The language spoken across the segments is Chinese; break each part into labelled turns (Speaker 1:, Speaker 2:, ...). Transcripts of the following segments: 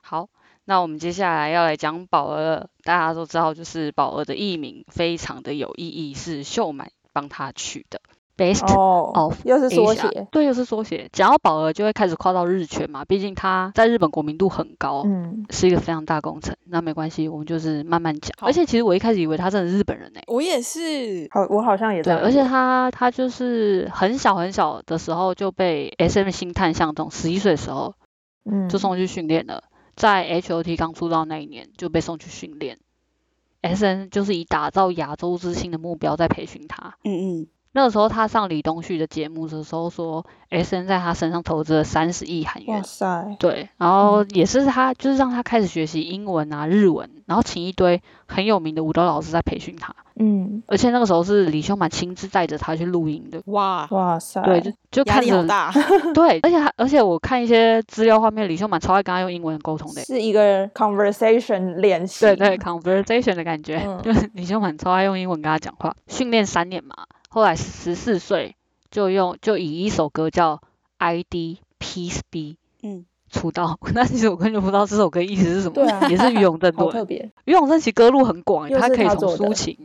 Speaker 1: 好，那我们接下来要来讲宝儿了。大家都知道，就是宝儿的艺名非常的有意义，是秀满帮他取的。Best
Speaker 2: 哦
Speaker 1: of，
Speaker 2: 又是缩
Speaker 1: Asia
Speaker 2: 写，
Speaker 1: 对，又是缩写。讲到宝儿，就会开始跨到日圈嘛，毕竟他在日本国民度很高，
Speaker 2: 嗯，
Speaker 1: 是一个非常大工程。那没关系，我们就是慢慢讲。
Speaker 3: 好
Speaker 1: 而且其实我一开始以为他真的是日本人呢、
Speaker 3: 我也是，
Speaker 2: 好，我好像也
Speaker 1: 对，
Speaker 2: 在，
Speaker 1: 而且他他就是很小很小的时候就被 SM 星探相中，十一岁的时候
Speaker 2: 嗯，
Speaker 1: 就送去训练了，在 HOT 刚出道那一年就被送去训练。S N 就是以打造亚洲之星的目标在培训他。
Speaker 3: 嗯嗯，
Speaker 1: 那个时候他上李东旭的节目的时候说，S N 在他身上投资了三十亿韩
Speaker 2: 哇
Speaker 1: 元。
Speaker 2: 塞，
Speaker 1: 对，然后也是他，就是让他开始学习英文啊、日文，然后请一堆很有名的舞蹈老师在培训他，
Speaker 2: 嗯，
Speaker 1: 而且那个时候是李秀满亲自带着他去录音的，
Speaker 3: 哇，
Speaker 2: 哇塞，
Speaker 1: 对，就就
Speaker 3: 压
Speaker 1: 看
Speaker 3: 力好
Speaker 1: 着，
Speaker 3: 大，
Speaker 1: 对，而且他，而且我看一些资料画面，李秀满超爱跟他用英文沟 通的，
Speaker 2: 是一个 conversation 练 习，
Speaker 1: 对对，conversation 的感觉，
Speaker 2: 嗯
Speaker 1: 就是李秀满超爱用英文跟他讲话。训练三年嘛，后来十四岁就用就以一首歌叫《I D Peace B》
Speaker 3: 嗯，
Speaker 1: 出道。 那其实我根本就不知道这首歌意思是什么，
Speaker 2: 对啊
Speaker 1: 也 是于永正
Speaker 2: 好
Speaker 1: 做
Speaker 2: 特
Speaker 1: 的。
Speaker 2: 别，
Speaker 1: 于永正其实歌路很广，欸
Speaker 2: 又是
Speaker 1: 他可以
Speaker 2: 他
Speaker 1: 从
Speaker 2: 做的
Speaker 1: 抒情，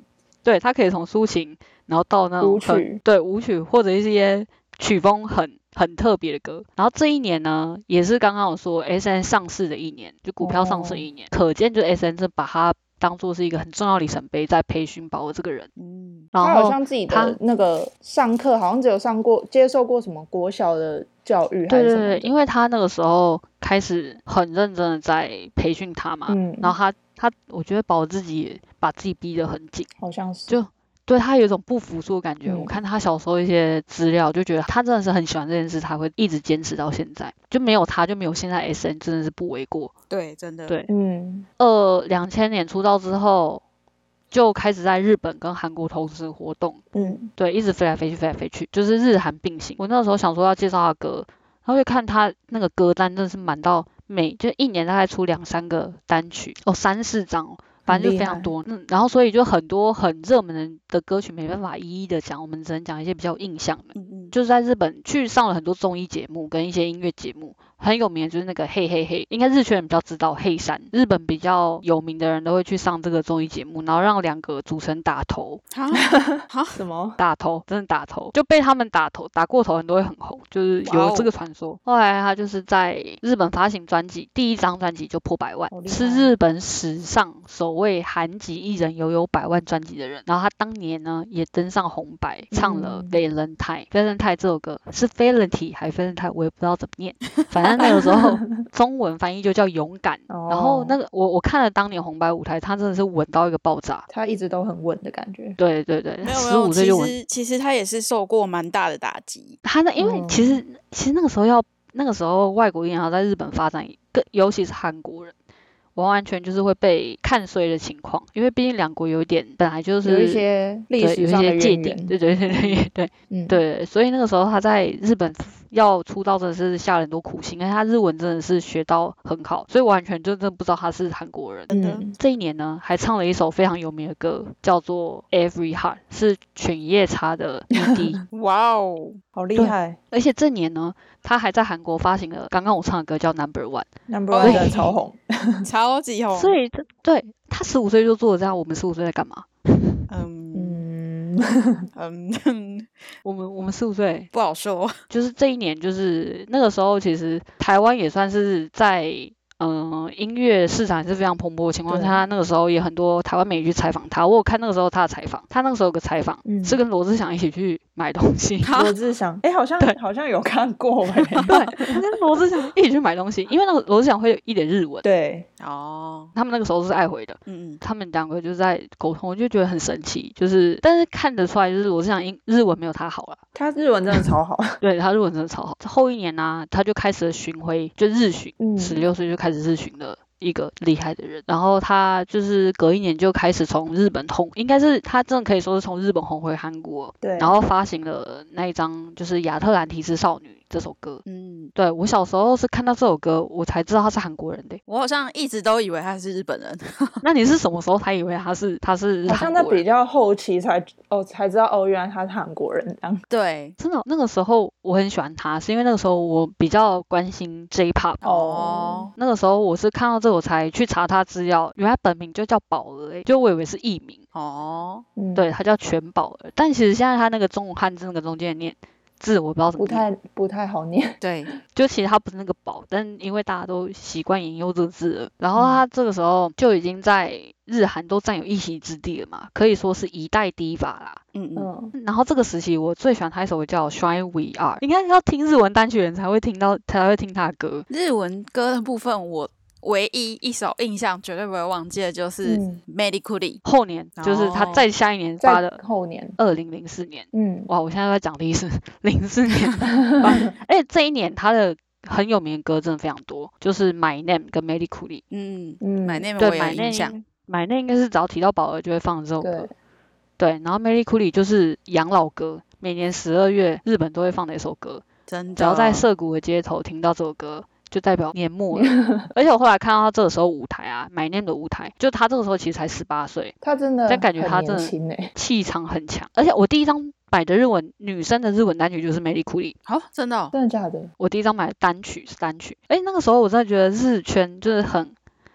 Speaker 1: 对他可以从抒情，然后到那种
Speaker 2: 舞
Speaker 1: 很
Speaker 2: 曲
Speaker 1: 对舞曲或者一些曲风很很特别的歌。然后这一年呢，也是刚刚我说 S N 上市的一年，就股票上市的一
Speaker 2: 哦
Speaker 1: 年，可见就 S N 是把它当做是一个很重要里程碑，在培训宝儿这个人。
Speaker 3: 嗯，
Speaker 1: 然
Speaker 2: 他好
Speaker 1: 后
Speaker 2: 像自己
Speaker 1: 他
Speaker 2: 的那个上课好像只有上过接受过什么国小的教育还
Speaker 1: 对
Speaker 2: 是
Speaker 1: 对
Speaker 2: 什么的，
Speaker 1: 对，因为他那个时候开始很认真的在培训他嘛，
Speaker 2: 嗯
Speaker 1: 然后他他我觉得宝儿自己也把自己逼得很紧。
Speaker 2: 好像是
Speaker 1: 就对他有一种不服输的感觉。我
Speaker 2: 嗯
Speaker 1: 看他小时候一些资料，就觉得他真的是很喜欢这件事，才会一直坚持到现在。就没有他，就没有现在 S N，真的是不为过。
Speaker 3: 对，真的，
Speaker 1: 对
Speaker 2: 嗯
Speaker 1: 呃，两千年出道之后，就开始在日本跟韩国同时活动，
Speaker 2: 嗯
Speaker 1: 对，一直飞来飞去，飞来飞去，就是日韩并行。我那时候想说要介绍他的歌，然后就看他那个歌单，真的是满到每就一年大概出两三个单曲，哦，三四张哦，反正就
Speaker 2: 很厉
Speaker 1: 非常
Speaker 2: 害
Speaker 1: 多。嗯，然后所以就很多很热门的歌曲没办法一一的讲，我们只能讲一些比较有印象的。
Speaker 3: 嗯嗯，
Speaker 1: 就是在日本去上了很多综艺节目跟一些音乐节目，很有名的就是那个嘿嘿嘿，应该日圈人比较知道黑山，日本比较有名的人都会去上这个综艺节目，然后让两个主持人打头，
Speaker 3: 好，好，
Speaker 2: 什么
Speaker 1: 打头，真的打头，就被他们打头，打过头人都会很红，就是
Speaker 3: 哇
Speaker 1: 有
Speaker 3: 哦
Speaker 1: 这个传说。后来他就是在日本发行专辑，第一张专辑就破百万
Speaker 2: 好，厉害
Speaker 1: 是日本史上首位韩籍艺人拥有百万专辑的人。然后他当年呢也登上红白，唱了
Speaker 2: 嗯
Speaker 1: 《飞人泰》。《飞人泰》这首歌是《飞人体》还是《飞人泰》，我也不知道怎么念，反正那个时候中文翻译就叫勇 敢。然后那
Speaker 2: 哦
Speaker 1: 个我我看了当年红白舞台，他真的是稳到一个爆炸。
Speaker 2: 他一直都很稳的感觉，
Speaker 1: 对对对，
Speaker 3: 没有没
Speaker 1: 十
Speaker 3: 有，
Speaker 1: 五
Speaker 3: 其
Speaker 1: 岁就稳
Speaker 3: 实其实他也是受过蛮大的打击，
Speaker 1: 他那因为
Speaker 2: 哦
Speaker 1: 其实、其实那个时候要那个时候外国艺人要在日本发展，更尤其是韩国人，完完全就是会被看衰的情况，因为毕竟两国有一点本来就是
Speaker 2: 有一些历
Speaker 1: 对
Speaker 2: 史上的
Speaker 1: 有一些界
Speaker 2: 渊
Speaker 1: 定，
Speaker 2: 源，
Speaker 1: 对对对对对
Speaker 2: 嗯，
Speaker 1: 对，所以那个时候他在日本要出道真的是下了很多苦心，因为他日文真的是学到很好，所以完全就真的不知道他是韩国人。
Speaker 3: 真的
Speaker 2: 嗯
Speaker 1: 这一年呢，还唱了一首非常有名的歌，叫做《Every Heart》，是犬夜叉的 E ED。
Speaker 3: 哇哦，
Speaker 2: 好厉
Speaker 1: 对
Speaker 2: 害
Speaker 1: 而且这年呢，他还在韩国发行了刚刚我唱的歌叫《Number One
Speaker 2: ，Number
Speaker 3: 哦
Speaker 2: One 真的超红，
Speaker 3: 超 级红，》，
Speaker 1: 所以这对他十五岁就做了这样，我们十五岁在干嘛？
Speaker 3: 嗯
Speaker 2: 嗯，
Speaker 3: 嗯嗯，
Speaker 1: 我们我们十五岁
Speaker 3: 不好说，
Speaker 1: 就是这一年，就是那个时候，其实台湾也算是在。嗯，音乐市场也是非常蓬勃的情况
Speaker 2: 对
Speaker 1: 下，那个时候也很多台湾媒体去采访他。我有看那个时候他的采访，他那个时候有个采访、
Speaker 2: 嗯
Speaker 1: 是跟罗志祥一起去买东西，
Speaker 2: 罗志 祥，哎，好像好像有看过哎，
Speaker 1: 他跟罗志 祥一起去买东西，因为那个罗志祥会有一点日文，
Speaker 2: 对，
Speaker 3: 哦，
Speaker 1: 他们那个时候是爱回的。
Speaker 3: 嗯
Speaker 1: 他们两个就是在沟通，我就觉得很神奇，就是但是看得出来，就是罗志祥英日文没有他好啦，
Speaker 2: 他日文真的超 好，
Speaker 1: 对他日文真的超好。后一年呢、他就开始了巡回，就日巡，
Speaker 2: 嗯
Speaker 1: 十六岁就开始日巡的一个厉害的人。然后他就是隔一年就开始从日本红，应该是他真的可以说是从日本红回韩国，
Speaker 2: 对，
Speaker 1: 然后发行了那一张就是《亚特兰提斯少女》。这首歌。
Speaker 3: 嗯，
Speaker 1: 对我小时候是看到这首歌，我才知道他是韩国人的。
Speaker 3: 我好像一直都以为他是日本人。
Speaker 1: 那你是什么时候才以为他是他是
Speaker 2: 好像
Speaker 1: 韩
Speaker 2: 在
Speaker 1: 国
Speaker 2: 比
Speaker 1: 人？
Speaker 2: 较后期才哦才知道哦，原来他是韩国人这样。
Speaker 3: 对，
Speaker 1: 真的，那个时候我很喜欢他，是因为那个时候我比较关心 J-pop。
Speaker 2: 哦
Speaker 3: 哦，
Speaker 1: 那个时候我是看到这我才去查他资料，原来本名就叫宝儿、欸，就我以为是艺名，
Speaker 3: 哦，
Speaker 2: 嗯，
Speaker 1: 对，，他叫全宝儿，但其实现在他那个中文汉字那个中间念字我不知道怎么
Speaker 2: 不
Speaker 1: 念，
Speaker 2: 太不太好念。
Speaker 3: 对，
Speaker 1: 就其实他不是那个宝，但因为大家都习惯引用这个字了，然后
Speaker 2: 嗯
Speaker 1: 他这个时候就已经在日韩都占有一席之地了嘛，可以说是一代第一法啦。
Speaker 3: 嗯嗯，
Speaker 2: 嗯，
Speaker 1: 然后这个时期我最喜欢他一首歌叫《Shine We Are》，应该是要听日文单曲的人才会听到，才会听他的歌。
Speaker 3: 日文歌的部分，我唯一一首印象绝对不会忘记的就是《
Speaker 2: 嗯
Speaker 3: Medically》。
Speaker 1: 后年就是他
Speaker 3: 哦
Speaker 1: 再下一年发
Speaker 2: 在
Speaker 1: 的
Speaker 2: 后年，
Speaker 1: 二零零四年。
Speaker 2: 嗯，
Speaker 1: 哇，我现在在讲历史， 零四年 发，而且这一年他的很有名的歌真的非常多，就是《My Name》跟《Melody c o o l y
Speaker 3: 嗯，
Speaker 2: 嗯
Speaker 3: 买那
Speaker 1: 对
Speaker 3: 我有
Speaker 1: 买
Speaker 3: 印
Speaker 1: 那
Speaker 3: 象。
Speaker 1: 买那应该是只要提到宝儿就会放这首歌对。
Speaker 2: 对，，
Speaker 1: 然后《Melody c o o l y 就是养老歌，每年十二月日本都会放的一首歌，
Speaker 3: 真的，哦
Speaker 1: 只要在涩谷的街头听到这首歌，就代表啊年末了。 而且我后来看到他这个时候舞台啊，买念的舞台，就他这个时候其实才十八岁，
Speaker 2: 他真的
Speaker 1: 但感觉
Speaker 2: 很
Speaker 1: 他
Speaker 2: 年
Speaker 1: 真的
Speaker 2: 轻哎，
Speaker 1: 气场很强。而且我第一张买的日文女生的日文单曲就是《美丽库里》，
Speaker 3: 好、真的、哦，
Speaker 2: 真的假的？
Speaker 1: 我第一张买的单曲是单曲。哎，那个时候我真的觉得日圈就是很。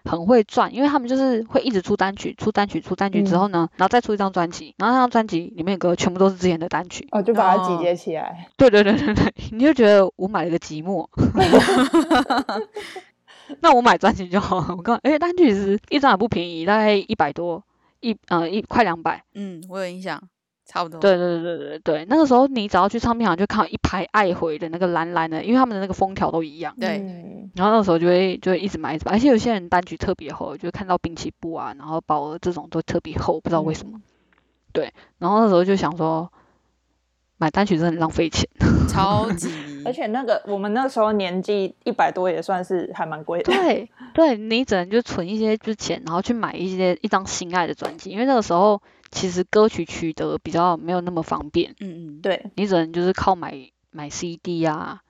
Speaker 1: 很会赚，因为他们就是会一直出单曲，出单曲，出单曲之后呢，然后再出一张专辑，然后那张专辑里面的歌全部都是之前的单曲。
Speaker 2: 哦，就把它
Speaker 3: 哦
Speaker 2: 集结起来。
Speaker 1: 对对对对 对，你就觉得我买了个寂寞， 那我买专辑就好了。我刚，而且单曲其实一张也不便宜，大概一百多，一呃一快两百。
Speaker 3: 嗯，我有印象，差不多。，
Speaker 1: 对对对对对对，那个时候你只要去唱片行就看到一排爱回的那个蓝蓝的，因为他们的那个封条都一样。
Speaker 3: 对
Speaker 2: 嗯，
Speaker 1: 然后那个时候就会就会一直买一直买，而且有些人单曲特别厚，就会看到滨崎步啊，然后宝儿这种都特别厚，不知道为什么。然后那时候就想说，买单曲真的很浪费钱。
Speaker 3: 超 级
Speaker 2: 而且那个我们那时候年纪一百多也算是还蛮贵的，
Speaker 1: 对对，你只能就存一些就是钱，然后去买一些一张心爱的专辑，因为那个时候其实歌曲取得比较没有那么方便，
Speaker 3: 嗯嗯，
Speaker 2: 对，
Speaker 1: 你只能就是靠买买 CD 啊，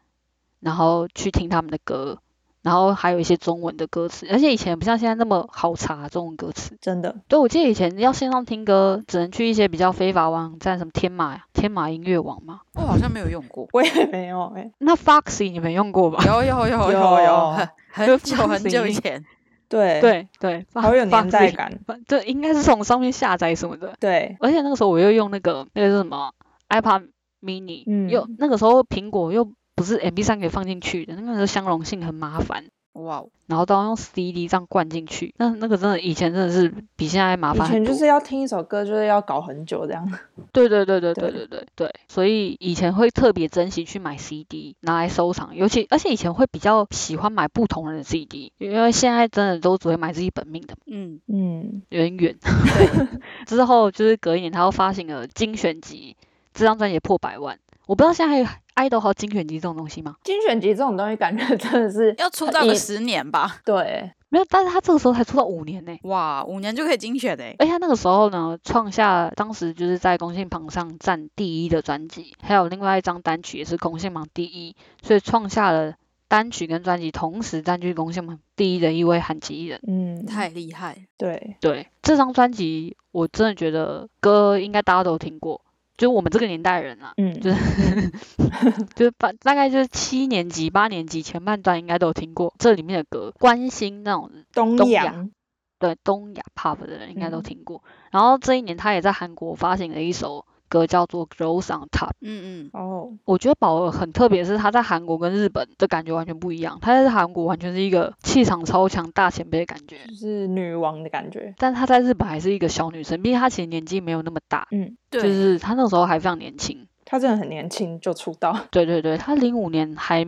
Speaker 1: 然后去听他们的歌，然后还有一些中文的歌词，而且以前不像现在那么好查中文歌词。
Speaker 2: 真的，。
Speaker 1: 对，我记得以前要线上听歌，只能去一些比较非法网站，什么天马呀、天马音乐网嘛。
Speaker 3: 我好像没有用过
Speaker 2: 我也没有哎、
Speaker 1: 那 Foxy 你们用过吧？
Speaker 3: 有有
Speaker 2: 有
Speaker 3: 有有有， 很很久很久以
Speaker 1: 就
Speaker 3: 前，
Speaker 2: 对，
Speaker 1: 对对，
Speaker 2: 好有年代
Speaker 1: Foxy，
Speaker 2: 感，
Speaker 1: 对，应该是从上面下载什么的。
Speaker 2: 对，
Speaker 1: 而且那个时候我又用那个那个是什么 iPad mini，、
Speaker 2: 嗯
Speaker 1: 又那个时候苹果又不是 MP 3可以放进去的，那个时候相容性很麻烦，
Speaker 3: 哇哦，
Speaker 1: 然后都要用 CD 这样灌进去。那那个真的以前真的是比现在麻
Speaker 2: 以
Speaker 1: 烦很
Speaker 2: 前
Speaker 1: 多。
Speaker 2: 就是要听一首歌就是要搞很久这样，
Speaker 1: 对对对对对对
Speaker 2: 对
Speaker 1: 对对，所以以前会特别珍惜去买 CD 拿来收藏，尤其而且以前会比较喜欢买不同人的 CD，因为现在真的都只会买自己本命的，
Speaker 3: 嗯，
Speaker 2: 嗯，
Speaker 1: 有点远。 之后就是隔一年，他又发行了精选集，这张专辑也破百万。我不知道现在还有爱豆还有精选集这种东西吗？
Speaker 2: 精选集这种东西感觉真的是
Speaker 3: 要出道个
Speaker 2: 以
Speaker 3: 十年 吧？
Speaker 2: 对，
Speaker 1: 没有，但是他这个时候才出道五年呢、
Speaker 3: 哇，五年就可以精选诶。
Speaker 1: 而且他那个时候呢，创下当时就是在公信榜上占第一的专辑，还有另外一张单曲也是公信榜第一，所以创下了单曲跟专辑同时占据公信榜第一的一位韩籍艺人。
Speaker 2: 嗯，
Speaker 3: 太厉害了，
Speaker 2: 对，
Speaker 1: 对，这张专辑我真的觉得歌应该大家都有听过，就我们这个年代人啦、啊
Speaker 2: 嗯，
Speaker 1: 就是就是大大概就是七年级、八年级前半段应该都有听过这里面的歌，关心那种
Speaker 2: 东
Speaker 1: 东
Speaker 2: 阳，
Speaker 1: 阳对东亚 pop 的人应该都
Speaker 2: 嗯
Speaker 1: 听过。然后这一年他也在韩国发行了一首歌叫做《Girls on Top》。
Speaker 3: 嗯嗯，
Speaker 2: 哦，
Speaker 1: 我觉得宝儿很特别，是他在韩国跟日本的感觉完全不一样。他在韩国完全是一个气场超强大前辈的感觉，
Speaker 2: 就是女王的感觉，
Speaker 1: 但他在日本还是一个小女生，毕竟她其实年纪没有那么大，
Speaker 2: 嗯，
Speaker 1: 就
Speaker 3: 对，
Speaker 1: 是她那时候还非常年轻。
Speaker 2: 她真的很年轻就出道，
Speaker 1: 对对对，他零五年还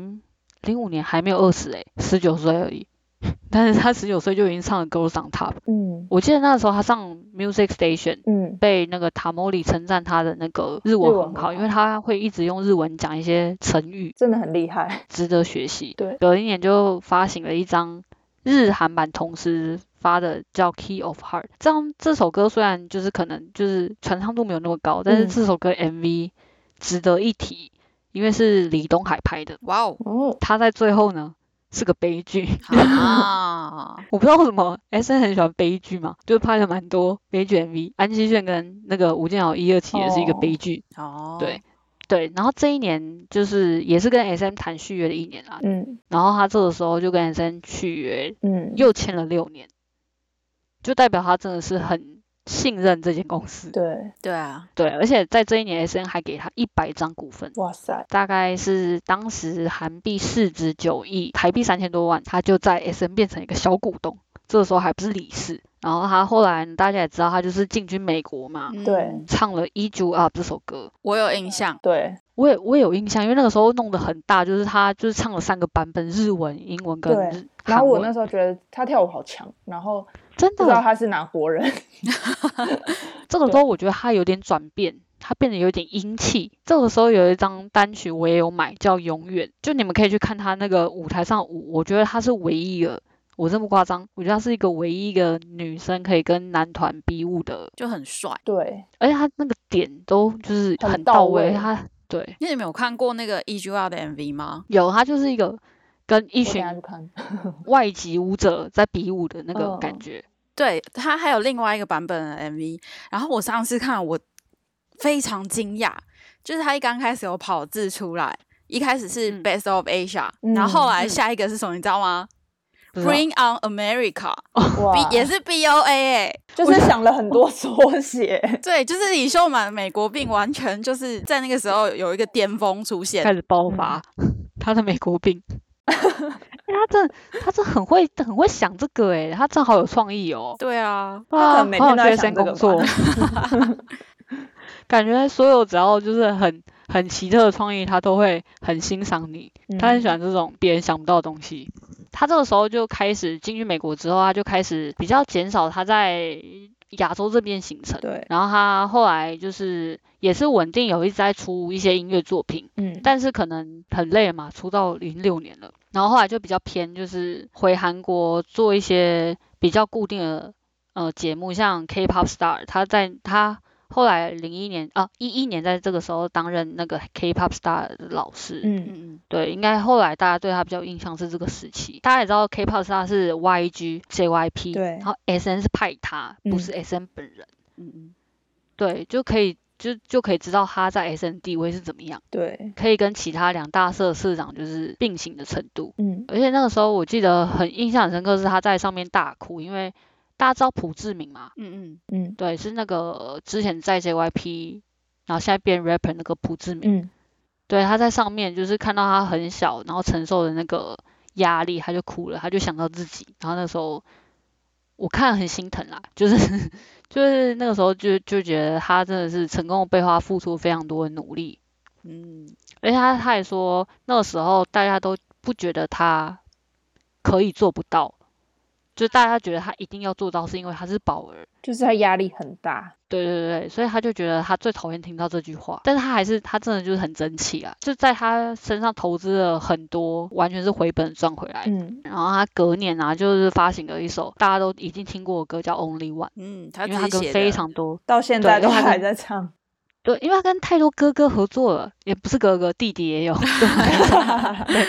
Speaker 1: 零五年还没有二十诶，十九岁而已。 但是他十九岁就已经上了《Girls on Top》，
Speaker 2: 嗯
Speaker 1: 我记得那时候他上 Music Station
Speaker 2: 嗯，
Speaker 1: 被那个塔莫里称赞他的那个日
Speaker 2: 日
Speaker 1: 文
Speaker 2: 文
Speaker 1: 很
Speaker 2: 很
Speaker 1: 好，因
Speaker 2: 好
Speaker 1: 为他会一直用日文讲一些成语，
Speaker 2: 真的很厉害，
Speaker 1: 值得学习。
Speaker 2: 对，
Speaker 1: 隔一年就发行了一张日韩版同时发的叫《Key of Heart》，这样这首歌虽然就是可能就是传唱度没有那么高，但是
Speaker 2: 嗯
Speaker 1: 这首歌 MV 值得一提，因为是李东海拍的。
Speaker 3: 哇 哦
Speaker 2: 哦，
Speaker 1: 他在最后呢是个悲剧，
Speaker 3: 啊！
Speaker 1: 我不知道为什么 S N 很喜欢悲剧嘛，就拍了蛮多悲剧 MV。安熙炫跟那个吴建豪一二期也是一个
Speaker 2: 哦
Speaker 1: 悲剧，
Speaker 3: 哦，
Speaker 1: 对，对。然后这一年就是也是跟 S N 谈续约的一年啦，
Speaker 2: 嗯
Speaker 1: 然后他这个时候就跟 S N 续约，
Speaker 2: 嗯，
Speaker 1: 又签了六年，就代表他真的是很信任这间公司，
Speaker 2: 对，
Speaker 3: 对啊，
Speaker 1: 对。而且在这一年，S N 还给他一百张股份。
Speaker 2: 哇塞，
Speaker 1: 大概是当时韩币市值九亿，台币三千多万，他就在 S N 变成一个小股东，这个时候还不是理事。然后他后来大家也知道，他就是进军美国嘛，
Speaker 3: 嗯
Speaker 2: 对
Speaker 1: 唱了《一九 Up》这首歌。
Speaker 3: 我有印象，
Speaker 2: 对
Speaker 1: 我也我也有印象，因为那个时候弄得很大，就是他就是唱了三个版本，日文、英文跟
Speaker 2: 对
Speaker 1: 日韩
Speaker 2: 然后我
Speaker 1: 文
Speaker 2: 那时候觉得他跳舞好强，然后
Speaker 1: 真
Speaker 2: 不知道
Speaker 1: 的，
Speaker 2: 他是哪国
Speaker 1: 哦
Speaker 2: 人，
Speaker 1: 这个时
Speaker 2: 对
Speaker 1: 候我觉得他有点转变，他变得有点英气。这个时候有一张单曲我也有买，叫《永远》，就你们可以去看他那个舞台上的舞，我觉得他是唯一一个，我真不夸张，我觉得他是一个唯一一个女生可以跟男团比武的，
Speaker 3: 就很帅。
Speaker 2: 对，
Speaker 1: 而且他那个点都就是
Speaker 2: 很
Speaker 1: 很
Speaker 2: 到
Speaker 1: 到位，
Speaker 2: 位
Speaker 1: 他对
Speaker 3: 那你们有看过那个 E.G.R 的 MV 吗？
Speaker 1: 有他就是一个跟一
Speaker 2: 我等
Speaker 1: 群
Speaker 2: 下 去看，
Speaker 1: 外籍舞者在比武的那个感
Speaker 2: 嗯
Speaker 1: 觉。
Speaker 3: 对，它还有另外一个版本的 MV。然后我上次看，我非常惊讶，就是他一刚开始有跑字出来，一开始是
Speaker 1: 嗯
Speaker 3: Best of Asia，、
Speaker 2: 嗯
Speaker 3: 然后后来
Speaker 1: 嗯
Speaker 3: 下一个是什么，你知道吗
Speaker 1: 不知道
Speaker 3: ？Bring on America，
Speaker 1: 哦
Speaker 2: 哇，
Speaker 3: B 也是 B O A 哎、
Speaker 2: 就是想了很多缩写，
Speaker 3: 对，就是李秀满美国病完全就是在那个时候有一个巅峰出现，
Speaker 1: 开始爆
Speaker 2: 嗯
Speaker 1: 发、 他的美国 病。欸、他这他这很会很会想这个诶、他正好有创意哦。
Speaker 3: 对啊，
Speaker 2: 他可能每天都
Speaker 1: 好
Speaker 2: 在
Speaker 1: 想学生
Speaker 2: 想这个
Speaker 1: 工
Speaker 2: 吧
Speaker 1: 作。 感觉所有只要就是很很奇特的创意，他都会很欣赏你。
Speaker 2: 嗯
Speaker 1: 他很喜欢这种别人想不到的东西。他这个时候就开始进去美国之后，他就开始比较减少他在亚洲这边行程。
Speaker 2: 嗯对，
Speaker 1: 然后他后来就是也是稳定有一直在出一些音乐作品，
Speaker 2: 嗯，
Speaker 1: 但是可能很累嘛，出道零六年了，然后后来就比较偏，就是回韩国做一些比较固定的呃节目，像 K-pop star，他在他后来零一年啊一一年在这个时候担任那个 K-pop star 的老师，
Speaker 2: 嗯
Speaker 3: 嗯嗯，
Speaker 1: 对，应该后来大家对他比较有印象是这个时期，大家也知道 K-pop star 是 YG JYP，
Speaker 2: 对
Speaker 1: 然后 SN 是派他，不是 SN 本人，
Speaker 3: 嗯嗯，
Speaker 1: 对，就可以就就可以知道他在 SN 地位是怎么样。
Speaker 2: 对，
Speaker 1: 可以跟其他两大社市长就是并行的程度。
Speaker 2: 嗯
Speaker 1: 而且那个时候我记得很印象很深刻是他在上面大哭，因为大家知道朴志敏嘛，
Speaker 3: 嗯
Speaker 2: 嗯
Speaker 1: 对，是那个之前在 JYP，然后现在变 rapper 那个朴志敏，
Speaker 2: 嗯，
Speaker 1: 对，他在上面就是看到他很小，然后承受的那个压力，他就哭了，他就想到自己，然后那时候我看很心疼啦，就是 就是那个时候就就觉得他真的是成功的背后他付出非常多的努力，
Speaker 3: 嗯嗯，
Speaker 1: 而且他他也说，那个时候大家都不觉得他可以做不到，就大家觉得他一定要做到，是因为他是宝儿。
Speaker 2: 就是他压力很大，
Speaker 1: 对对对，对所以他就觉得他最讨厌听到这句话，但是他还是他真的就是很争气啊，就在他身上投资了很多，完全是回本赚回来。
Speaker 2: 嗯
Speaker 1: 然后他隔年啊，就是发行了一首大家都已经听过的歌，叫《Only One
Speaker 3: 嗯，他》，
Speaker 1: 因
Speaker 3: 自
Speaker 1: 为他
Speaker 3: 己
Speaker 1: 跟
Speaker 3: 写的
Speaker 1: 非常多
Speaker 2: 到现
Speaker 1: 对
Speaker 2: 在都
Speaker 1: 因为他
Speaker 2: 还
Speaker 1: 跟
Speaker 2: 在唱，
Speaker 1: 对，因为他跟太多哥哥合作了，也不是哥哥，弟弟也有。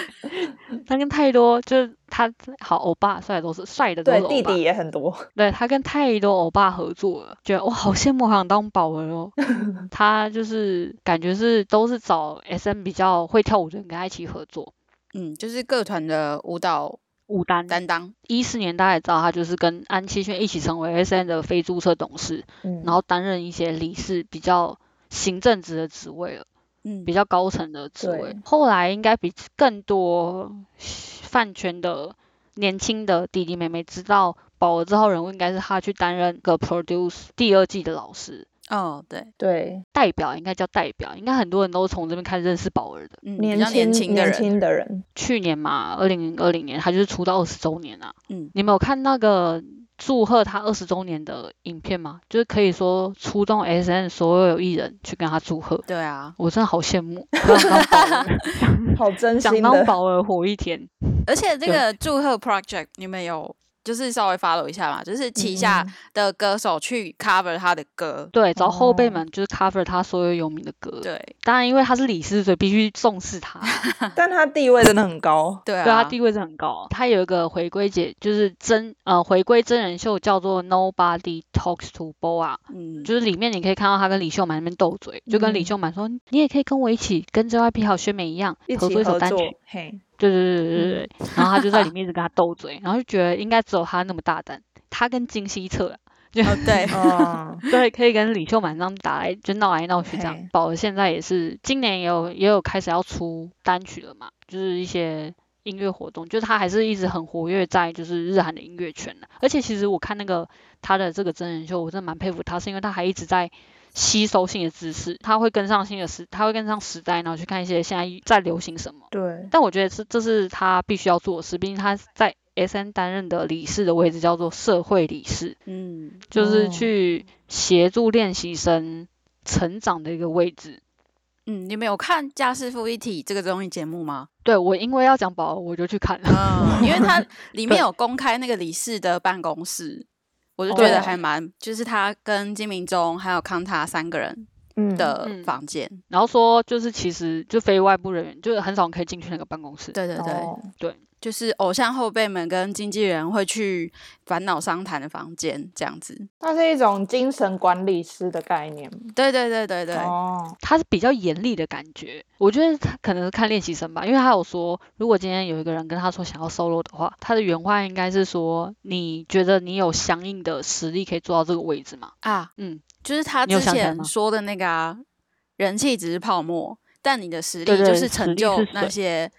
Speaker 1: 他跟太多就是他好欧巴，帅的都是帅的都是
Speaker 2: 对
Speaker 1: 欧，巴。
Speaker 2: 弟弟也很多，
Speaker 1: 对他跟太多欧巴合作了，觉得哇好羡慕，好想当宝儿 哦。他就是感觉是都是找 S M 比较会跳舞的人跟他一起合作。
Speaker 3: 嗯，就是各团的舞蹈
Speaker 1: 舞担
Speaker 3: 担当，
Speaker 1: 一四年大家也知道，他就是跟安七炫一起成为 S M 的非注册董事，
Speaker 2: 嗯，
Speaker 1: 然后担任一些理事比较行政职的职位了。
Speaker 3: 嗯
Speaker 1: 比，较高层的职位
Speaker 2: 对。
Speaker 1: 后来应该比更多饭圈的年轻的弟弟妹妹知道宝儿这号人物，应该是他去担任个 produce 第二季的老师。
Speaker 3: 哦，对，
Speaker 2: 对，
Speaker 1: 代表应该叫代表，应该很多人都从这边开始认识宝儿的。
Speaker 3: 嗯，比
Speaker 2: 年
Speaker 3: 较年
Speaker 2: 轻
Speaker 3: 轻的
Speaker 2: 年
Speaker 3: 人，
Speaker 2: 轻的人，
Speaker 1: 去年嘛，二零二零年，他就是出道二十周年啊。
Speaker 3: 嗯
Speaker 1: 你们有看那个祝贺他二十周年的影片吗？就是可以说出动 S N 所有艺人去跟他祝贺，
Speaker 3: 对啊，
Speaker 1: 我真的好羡 慕，好想当宝儿，
Speaker 2: 好 真
Speaker 1: 想
Speaker 2: 心
Speaker 1: 当
Speaker 2: 的，
Speaker 1: 宝儿活一天。
Speaker 3: 而且
Speaker 1: 对
Speaker 3: 这个祝贺 project 你们有就是稍微 follow 一下嘛，就是旗
Speaker 1: 嗯
Speaker 3: 下的歌手去 cover 他的歌。
Speaker 1: 对，找后辈
Speaker 2: 哦
Speaker 1: 们就是 cover 他所有有名的歌。，
Speaker 3: 对
Speaker 1: 当然因为他是李斯，所以必须重视 他。
Speaker 2: 嗯但他地位真的很高。
Speaker 3: 对
Speaker 1: 对，他
Speaker 3: 啊，
Speaker 1: 地位是很高。他有一个回归节，就是真呃回归真人秀，叫做 Nobody Talks to Boa，
Speaker 3: 嗯，
Speaker 1: 就是里面你可以看到他跟李秀满那边斗嘴，就跟李
Speaker 2: 嗯
Speaker 1: 秀满说，你也可以跟我一起，跟 JYP 还有薛美一样
Speaker 2: 一
Speaker 1: 合
Speaker 2: 起
Speaker 1: 作一首
Speaker 2: 合
Speaker 1: 单
Speaker 2: 作嗯
Speaker 1: 曲。，
Speaker 2: 嘿，
Speaker 1: 对对对对对对。然后他就在 里面一直跟他斗嘴，然后就觉得应该只有他那么大胆，他跟金希澈啊。
Speaker 3: 哦 对，
Speaker 2: 哦，
Speaker 1: 对，可以跟李秀满这样打来，就闹来闹去这样
Speaker 2: 嘿。
Speaker 1: 宝儿现在也是，今年也有也有开始要出单曲了嘛，就是一些音乐活动，就是他还是一直很活跃在就是日韩的音乐圈的。而且其实我看那个他的这个真人秀，我真的蛮佩服他，是因为他还一直在吸收新的知识，他会跟上新的时，他会跟上时代，然后去看一些现在在流行什么。
Speaker 2: 对，
Speaker 1: 但我觉得是这是他必须要做的事，毕竟他在 S N 担任的理事的位置叫做社会理事，
Speaker 3: 嗯，
Speaker 1: 就是
Speaker 2: 哦
Speaker 1: 去协助练习生成长的一个位置。
Speaker 3: 嗯，你们有看《家事夫一体》这个综艺节目吗？
Speaker 1: 对我因为要讲宝儿，我就去看了。
Speaker 3: 嗯，因为它里面
Speaker 1: 对
Speaker 3: 有公开那个李氏的办公室，我就觉
Speaker 1: 哦对
Speaker 3: 得还蛮，就是他跟金明忠还有康塔三个人
Speaker 2: 嗯，
Speaker 3: 的
Speaker 1: 嗯
Speaker 3: 房间。
Speaker 1: 然后说就是其实就非外部人员，就是很少人可以进去那个办公室。
Speaker 3: 对对对，
Speaker 2: 哦
Speaker 3: 就是偶像后辈们跟经纪人会去烦恼商谈的房间这样子。
Speaker 2: 它是一种精神管理师的概念。
Speaker 3: 对对对对对，
Speaker 2: 哦，
Speaker 1: 他是比较严厉的感觉，我觉得他可能是看练习生吧，因为他有说，如果今天有一个人跟他说想要 solo 的话，他的原话应该是说，你觉得你有相应的实力可以做到这个位置吗？
Speaker 3: 啊，
Speaker 1: 嗯，
Speaker 3: 就是他
Speaker 1: 你有
Speaker 3: 之
Speaker 1: 想起来
Speaker 3: 前
Speaker 1: 吗
Speaker 3: 说的那个啊，人气只是泡沫，但你的实力
Speaker 1: 对对
Speaker 3: 就是
Speaker 1: 实
Speaker 3: 成
Speaker 1: 力
Speaker 3: 就是那
Speaker 1: 水
Speaker 3: 些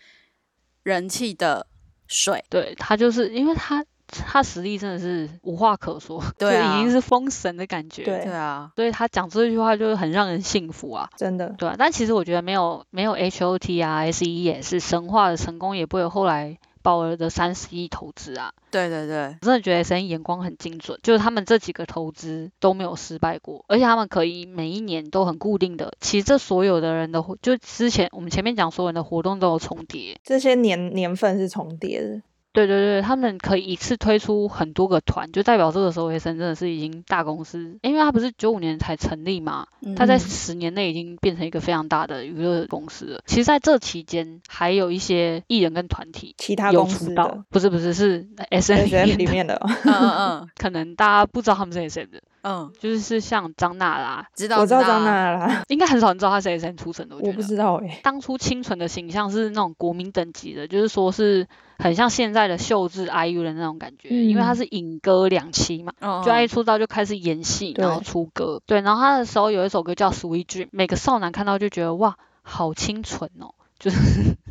Speaker 3: 人气的水。
Speaker 1: 对他就是因为他他实力真的是无话可说，
Speaker 3: 对
Speaker 1: 就
Speaker 3: 啊
Speaker 1: 已经是封神的感觉。
Speaker 2: 对
Speaker 3: 对啊，
Speaker 1: 所以他讲这句话就是很让人信服啊，
Speaker 2: 真的，
Speaker 1: 对啊。但其实我觉得没有没有 H O T 啊，S E 也是神话的成功，也不会有后来鲍尔的三十亿投资啊。
Speaker 3: 对对对，
Speaker 1: 我真的觉得 S E 眼光很精准，就是他们这几个投资都没有失败过，而且他们可以每一年都很固定的。其实这所有的人的活，就之前我们前面讲所有人的活动都有重叠。
Speaker 2: 这些年年份是重叠的。
Speaker 1: 对对对，他们可以一次推出很多个团，就代表这个时候 S E N 真的是已经大公司，因为他不是九五年才成立嘛，它在
Speaker 2: 嗯
Speaker 1: 十年内已经变成一个非常大的娱乐公司了。其实，在这期间，还有一些艺人跟团体
Speaker 2: 其他
Speaker 1: 有
Speaker 2: 公
Speaker 1: 出
Speaker 2: 司
Speaker 1: 道
Speaker 2: 的，
Speaker 1: 不是不是是 S N 里
Speaker 2: SM
Speaker 1: 面
Speaker 2: 里
Speaker 1: 的，
Speaker 2: 面的哦，
Speaker 3: 嗯嗯
Speaker 1: 可能大家不知道他们是 S N 的，
Speaker 3: 嗯嗯，
Speaker 1: 就是是像张娜啦，
Speaker 3: 知道
Speaker 2: 我知道张
Speaker 3: 娜，
Speaker 2: 娜啦，
Speaker 1: 应该很少人知道她是 S N 出身的，我觉
Speaker 2: 我
Speaker 1: 得。
Speaker 2: 不知道哎，
Speaker 1: 当初清纯的形象是那种国民等级的，就是说是很像现在的秀智 IU 的那种感觉，因为她
Speaker 2: 嗯
Speaker 1: 是影歌两期嘛，
Speaker 3: 嗯
Speaker 1: 就他一
Speaker 3: 嗯
Speaker 1: 出道就开始演戏，
Speaker 2: 对
Speaker 1: 然后出歌，对，然后他的时候有一首歌叫《Sweet Dream》，每个少男看到就觉得哇，好清纯哦，就是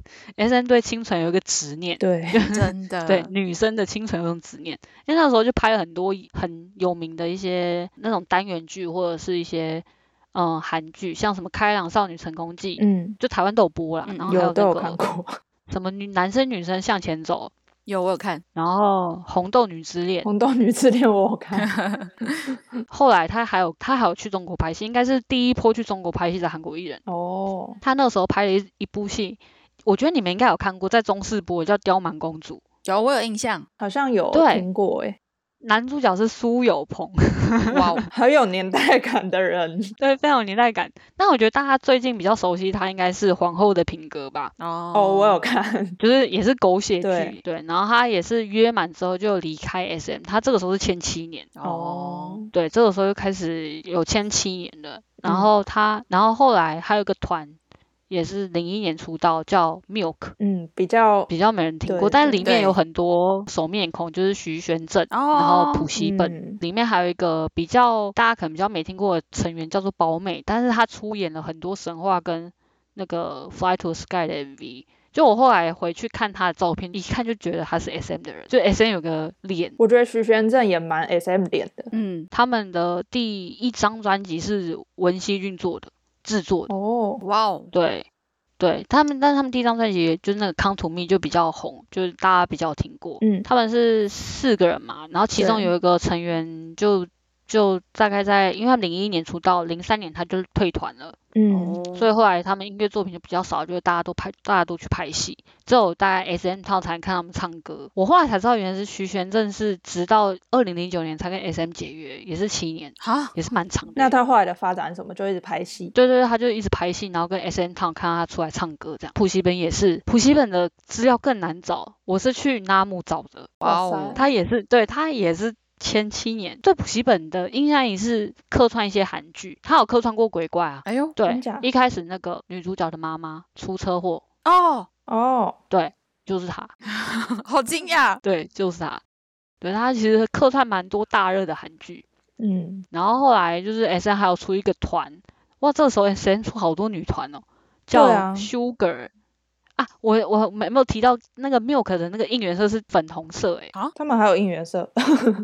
Speaker 1: S N 对清纯有一个执念，
Speaker 2: 对，
Speaker 3: 真的
Speaker 1: 对女生的清纯有一种执念，因为那时候就拍了很多很有名的一些那种单元剧或者是一些嗯韩剧，像什么《开朗少女成功记》。
Speaker 2: 嗯，
Speaker 1: 就台湾都有播啦，
Speaker 3: 嗯
Speaker 1: 然后还
Speaker 2: 有
Speaker 1: 有
Speaker 2: 都
Speaker 1: 那
Speaker 2: 有看
Speaker 1: 个
Speaker 2: 过，
Speaker 1: 什么女男生女生向前走，
Speaker 3: 有我有看，
Speaker 1: 然后红豆女之恋，
Speaker 2: 红豆女之恋》我有 看，
Speaker 1: 哦后来他还有他还有去中国拍戏，应该是第一波去中国拍戏的韩国艺人。
Speaker 2: 哦，
Speaker 1: 他那时候拍了一一部戏，我觉得你们应该有看过，在中视播的叫《刁蛮公主》，
Speaker 3: 有我有印象，
Speaker 2: 好像有
Speaker 1: 对
Speaker 2: 听过哎，
Speaker 1: 男主角是苏有朋，
Speaker 3: 哇哦，
Speaker 2: 很有年代感的人，
Speaker 1: 对，非常有年代感。那我觉得大家最近比较熟悉他应该是《皇后的品格》吧，
Speaker 3: 哦
Speaker 2: 哦，我有看，
Speaker 1: 就是也是狗血剧，
Speaker 2: 对
Speaker 1: 对。然后他也是约满之后就离开 SM，他这个时候是前七年。
Speaker 3: 哦，
Speaker 2: 哦，
Speaker 1: 对，这个时候就开始有千七年了。然后他，然后后来还有一个团，也是零一年出道，叫 Milk，
Speaker 2: 嗯，比较
Speaker 1: 比较没人听
Speaker 2: 对
Speaker 1: 过，但是里面
Speaker 3: 对
Speaker 1: 有很多熟面孔，就是徐玄正，
Speaker 3: 哦
Speaker 1: 然后朴熙本。
Speaker 2: 嗯
Speaker 1: 里面还有一个比较大家可能比较没听过的成员叫做宝美，但是她出演了很多神话跟那个《Fly to the Sky》的 MV。就我后来回去看她的照片，一看就觉得她是 SM 的人，就 SM 有个脸
Speaker 2: 我觉得徐玄正也蛮 S M 脸的
Speaker 3: 嗯，
Speaker 1: 他们的第一张专辑是文熙俊做的制作的，
Speaker 2: 哦，
Speaker 3: 哇哦，
Speaker 1: 对对，他们但是他们第一张专辑就是那个《Come to Me》就比较红，就是大家比较有听过。
Speaker 2: 嗯
Speaker 1: 他们是四个人嘛，然后其中
Speaker 2: 对
Speaker 1: 有一个成员就就大概在，因为他零一年出道，零三年他就退团了，
Speaker 2: 嗯，
Speaker 1: 所以后来他们音乐作品就比较少，就是大家都拍，大家都去拍戏，只有大概 S N 套才能看他们唱歌。我后来才知道，原来是徐玄正是直到二零零九年才跟 S M 解约，也是七年，
Speaker 3: 啊，
Speaker 1: 也是蛮长的。
Speaker 2: 那他后来的发展是什么？就一直拍戏。
Speaker 1: 对对对，他就一直拍戏，然后跟 S N 堂看到他出来唱歌这样。普希本也是，普希本的资料更难找，我是去 NAM 找的，
Speaker 3: 哇
Speaker 2: 哇
Speaker 3: 哦
Speaker 2: 塞，
Speaker 1: 他也是，对他也是。前七年对普希本的印象也是客串一些韩剧，他有客串过鬼怪啊。
Speaker 3: 哎呦，
Speaker 1: 对
Speaker 2: 真假，
Speaker 1: 一开始那个女主角的妈妈出车祸，
Speaker 3: 哦，
Speaker 2: 哦，
Speaker 1: 就是他，
Speaker 3: 好 惊讶，
Speaker 1: 对，就是他。对他其实客串蛮多大热的韩剧，
Speaker 2: 嗯，
Speaker 1: 然后后来就是 S N 还有出一个团，哇，这时候 S N 出好多女团哦，叫
Speaker 2: 对啊
Speaker 1: Sugar 啊我我没没有提到那个 Milk 的那个应援色是粉红色诶，
Speaker 2: 他们还有应援色。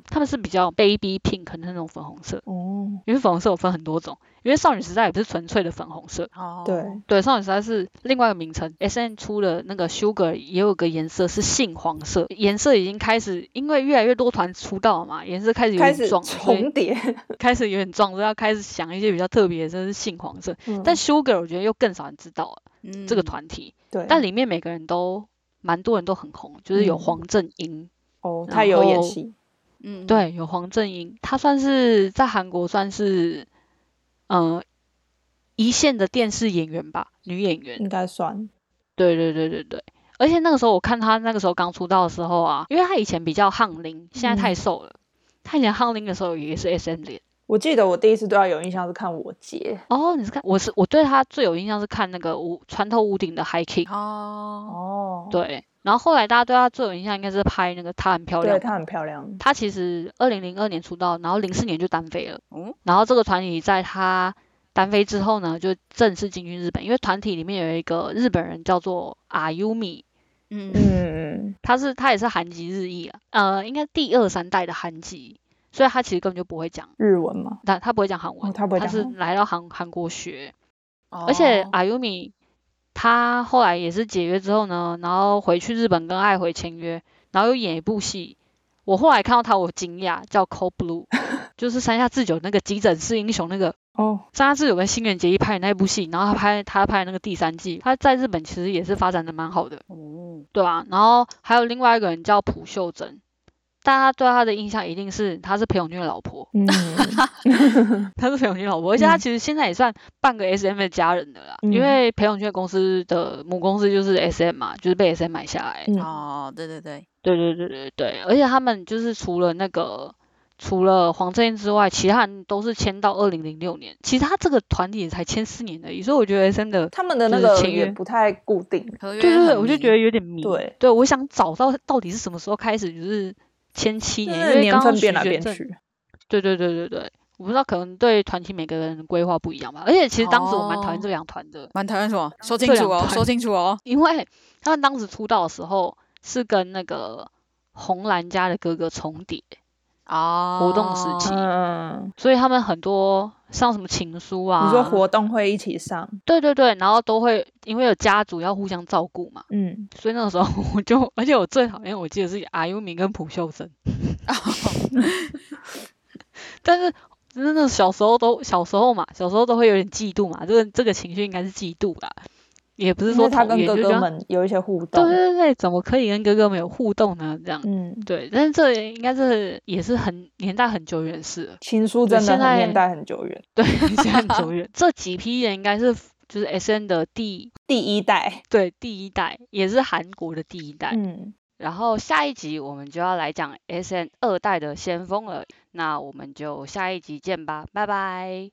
Speaker 1: 他们是比较 baby pink 的那种粉红色，
Speaker 2: 哦，
Speaker 1: 因为粉红色有分很多种，因为少女时代也不是纯粹的粉红色，
Speaker 3: 哦，
Speaker 2: 对，
Speaker 1: 对，少女时代是另外一个名称。S N 出了那个 Sugar 也有个颜色是杏黄色，颜色已经开始，因为越来越多团出道了嘛，颜色开始有
Speaker 2: 开
Speaker 1: 点
Speaker 2: 始
Speaker 1: 撞，所以
Speaker 2: 重叠。
Speaker 1: 开始有点撞，所以要开始想一些比较特别的，真是杏黄色。
Speaker 2: 嗯
Speaker 1: 但 Sugar 我觉得又更少人知道了、
Speaker 3: 嗯
Speaker 1: 这个，团体，
Speaker 2: 对，
Speaker 1: 但里面每个人都蛮多人都很红，就是有
Speaker 2: 嗯
Speaker 1: 黄正英，
Speaker 2: 哦，
Speaker 1: 然
Speaker 2: 他有演
Speaker 1: 后
Speaker 2: 戏。
Speaker 3: 嗯，
Speaker 1: 对，有黄正英，他算是在韩国算是呃一线的电视演员吧，女演员。
Speaker 2: 应该算。
Speaker 1: 对对对对对，而且那个时候我看他那个时候刚出道的时候啊，因为他以前比较胖龄，现在太
Speaker 2: 嗯
Speaker 1: 瘦了。他以前胖龄的时候也是 S M 脸。
Speaker 2: 我记得我第一次对他有印象是看我姐。
Speaker 1: 哦，你是看我是我对他最有印象是看那个屋穿透屋顶的 High Kick，
Speaker 3: 哦，
Speaker 2: 哦，
Speaker 1: 对。然后后来大家对他最有印象应该是拍那个她很漂
Speaker 2: 对，
Speaker 1: 亮。
Speaker 2: 她很漂亮。
Speaker 1: 她其实二零零二年出道，然后零四年就单飞了。
Speaker 3: 哦
Speaker 1: 然后这个团体在她单飞之后呢，就正式进军日本，因为团体里面有一个日本人叫做 Ayumi，
Speaker 3: 嗯，
Speaker 2: 嗯，
Speaker 1: 他是他也是韩籍日裔啊，呃，应该第二三代的韩籍，所以他其实根本就不会讲，
Speaker 2: 日文嘛。
Speaker 1: 他他不会讲韩文，
Speaker 2: 哦，他不会
Speaker 1: 他
Speaker 2: 讲
Speaker 1: 是
Speaker 2: 话。
Speaker 1: 来到韩韩国学，
Speaker 3: 哦
Speaker 1: 而且阿尤米他后来也是解约之后呢，然后回去日本跟爱回签约，然后又演一部戏，我后来看到他我惊讶，叫《Cold Blue》， 就是山下智久那个急诊室英雄那个。
Speaker 2: 哦，
Speaker 1: 山下智久跟新垣结衣拍的那部戏，然后他拍他拍的那个第三季，他在日本其实也是发展的蛮好的。
Speaker 3: 哦，
Speaker 1: 对啊，然后还有另外一个人叫朴秀珍，大家对他的印象一定是她是裴勇俊的老婆，
Speaker 2: 嗯，
Speaker 1: 她是裴勇俊的老婆，而且她
Speaker 2: 嗯
Speaker 1: 其实现在也算半个 S M 的家人的啦，
Speaker 2: 嗯
Speaker 1: 因为裴勇俊的公司的母公司就是 S M 嘛，就是被 S M 买下来。
Speaker 2: 嗯
Speaker 3: 哦，对对对，
Speaker 1: 对对对对对，而且他们就是除了那个。除了黄正英之外，其他人都是签到二零零六年。其实他这个团体也才签四年而已，所以我觉得真的，
Speaker 2: 他们的那
Speaker 1: 就是
Speaker 2: 个
Speaker 1: 签约
Speaker 2: 也不太固定。
Speaker 3: 合约
Speaker 1: 对对对，
Speaker 3: 很
Speaker 1: 我就
Speaker 3: 迷
Speaker 1: 觉得有点迷。
Speaker 2: 对，
Speaker 1: 对，我想找到到底是什么时候开始，就是前七
Speaker 2: 就
Speaker 1: 年，
Speaker 2: 是
Speaker 1: 因为
Speaker 2: 年
Speaker 1: 刚刚
Speaker 2: 份
Speaker 1: 徐
Speaker 2: 变来
Speaker 1: 玄
Speaker 2: 变
Speaker 1: 正。
Speaker 2: 去。
Speaker 1: 对对对对对，我不知道，可能对团体每个人的规划不一样吧。而且其实当时我蛮讨厌
Speaker 3: 哦
Speaker 1: 这两团的，
Speaker 3: 蛮讨厌什么，说
Speaker 1: 这
Speaker 3: 清
Speaker 1: 两
Speaker 3: 楚哦，
Speaker 1: 团
Speaker 3: 说清楚哦，
Speaker 1: 因为 他们当时出道的时候是跟那个红蓝家的哥哥重叠，
Speaker 3: 哦，
Speaker 1: 活动时 期
Speaker 2: 嗯，
Speaker 1: 所以他们很多像什么情书啊，
Speaker 2: 你说活动会一起上？
Speaker 1: 对对对，然后都会因为有家族要互相照顾嘛，
Speaker 2: 嗯，
Speaker 1: 所以那个时候 我就，而且我最讨厌，我记得是阿优明跟朴秀珍。但是真的小时候都小时候嘛，小时候都会有点嫉妒嘛，这个这个情绪应该是嫉妒啦，也不是
Speaker 2: 因
Speaker 1: 说
Speaker 2: 为他
Speaker 1: 讨
Speaker 2: 跟
Speaker 1: 厌，
Speaker 2: 哥
Speaker 1: 就觉
Speaker 2: 哥
Speaker 1: 得
Speaker 2: 们有一些互
Speaker 1: 对
Speaker 2: 动。
Speaker 1: 对对，怎么可以跟哥哥们有互动呢？这样
Speaker 2: 嗯，
Speaker 1: 对，但是这应该是也是很年代很久远的事了，
Speaker 2: 情书
Speaker 1: 对
Speaker 2: 真的
Speaker 1: 现
Speaker 2: 很
Speaker 1: 在
Speaker 2: 年代很久远，
Speaker 1: 对，现在很久 远。这几批人应该是就是 S N 的第
Speaker 2: 第一代。
Speaker 1: 对第一代，也是韩国的第一代。
Speaker 2: 嗯，
Speaker 1: 然后下一集我们就要来讲 S N 二代的先锋了，那我们就下一集见吧，拜拜。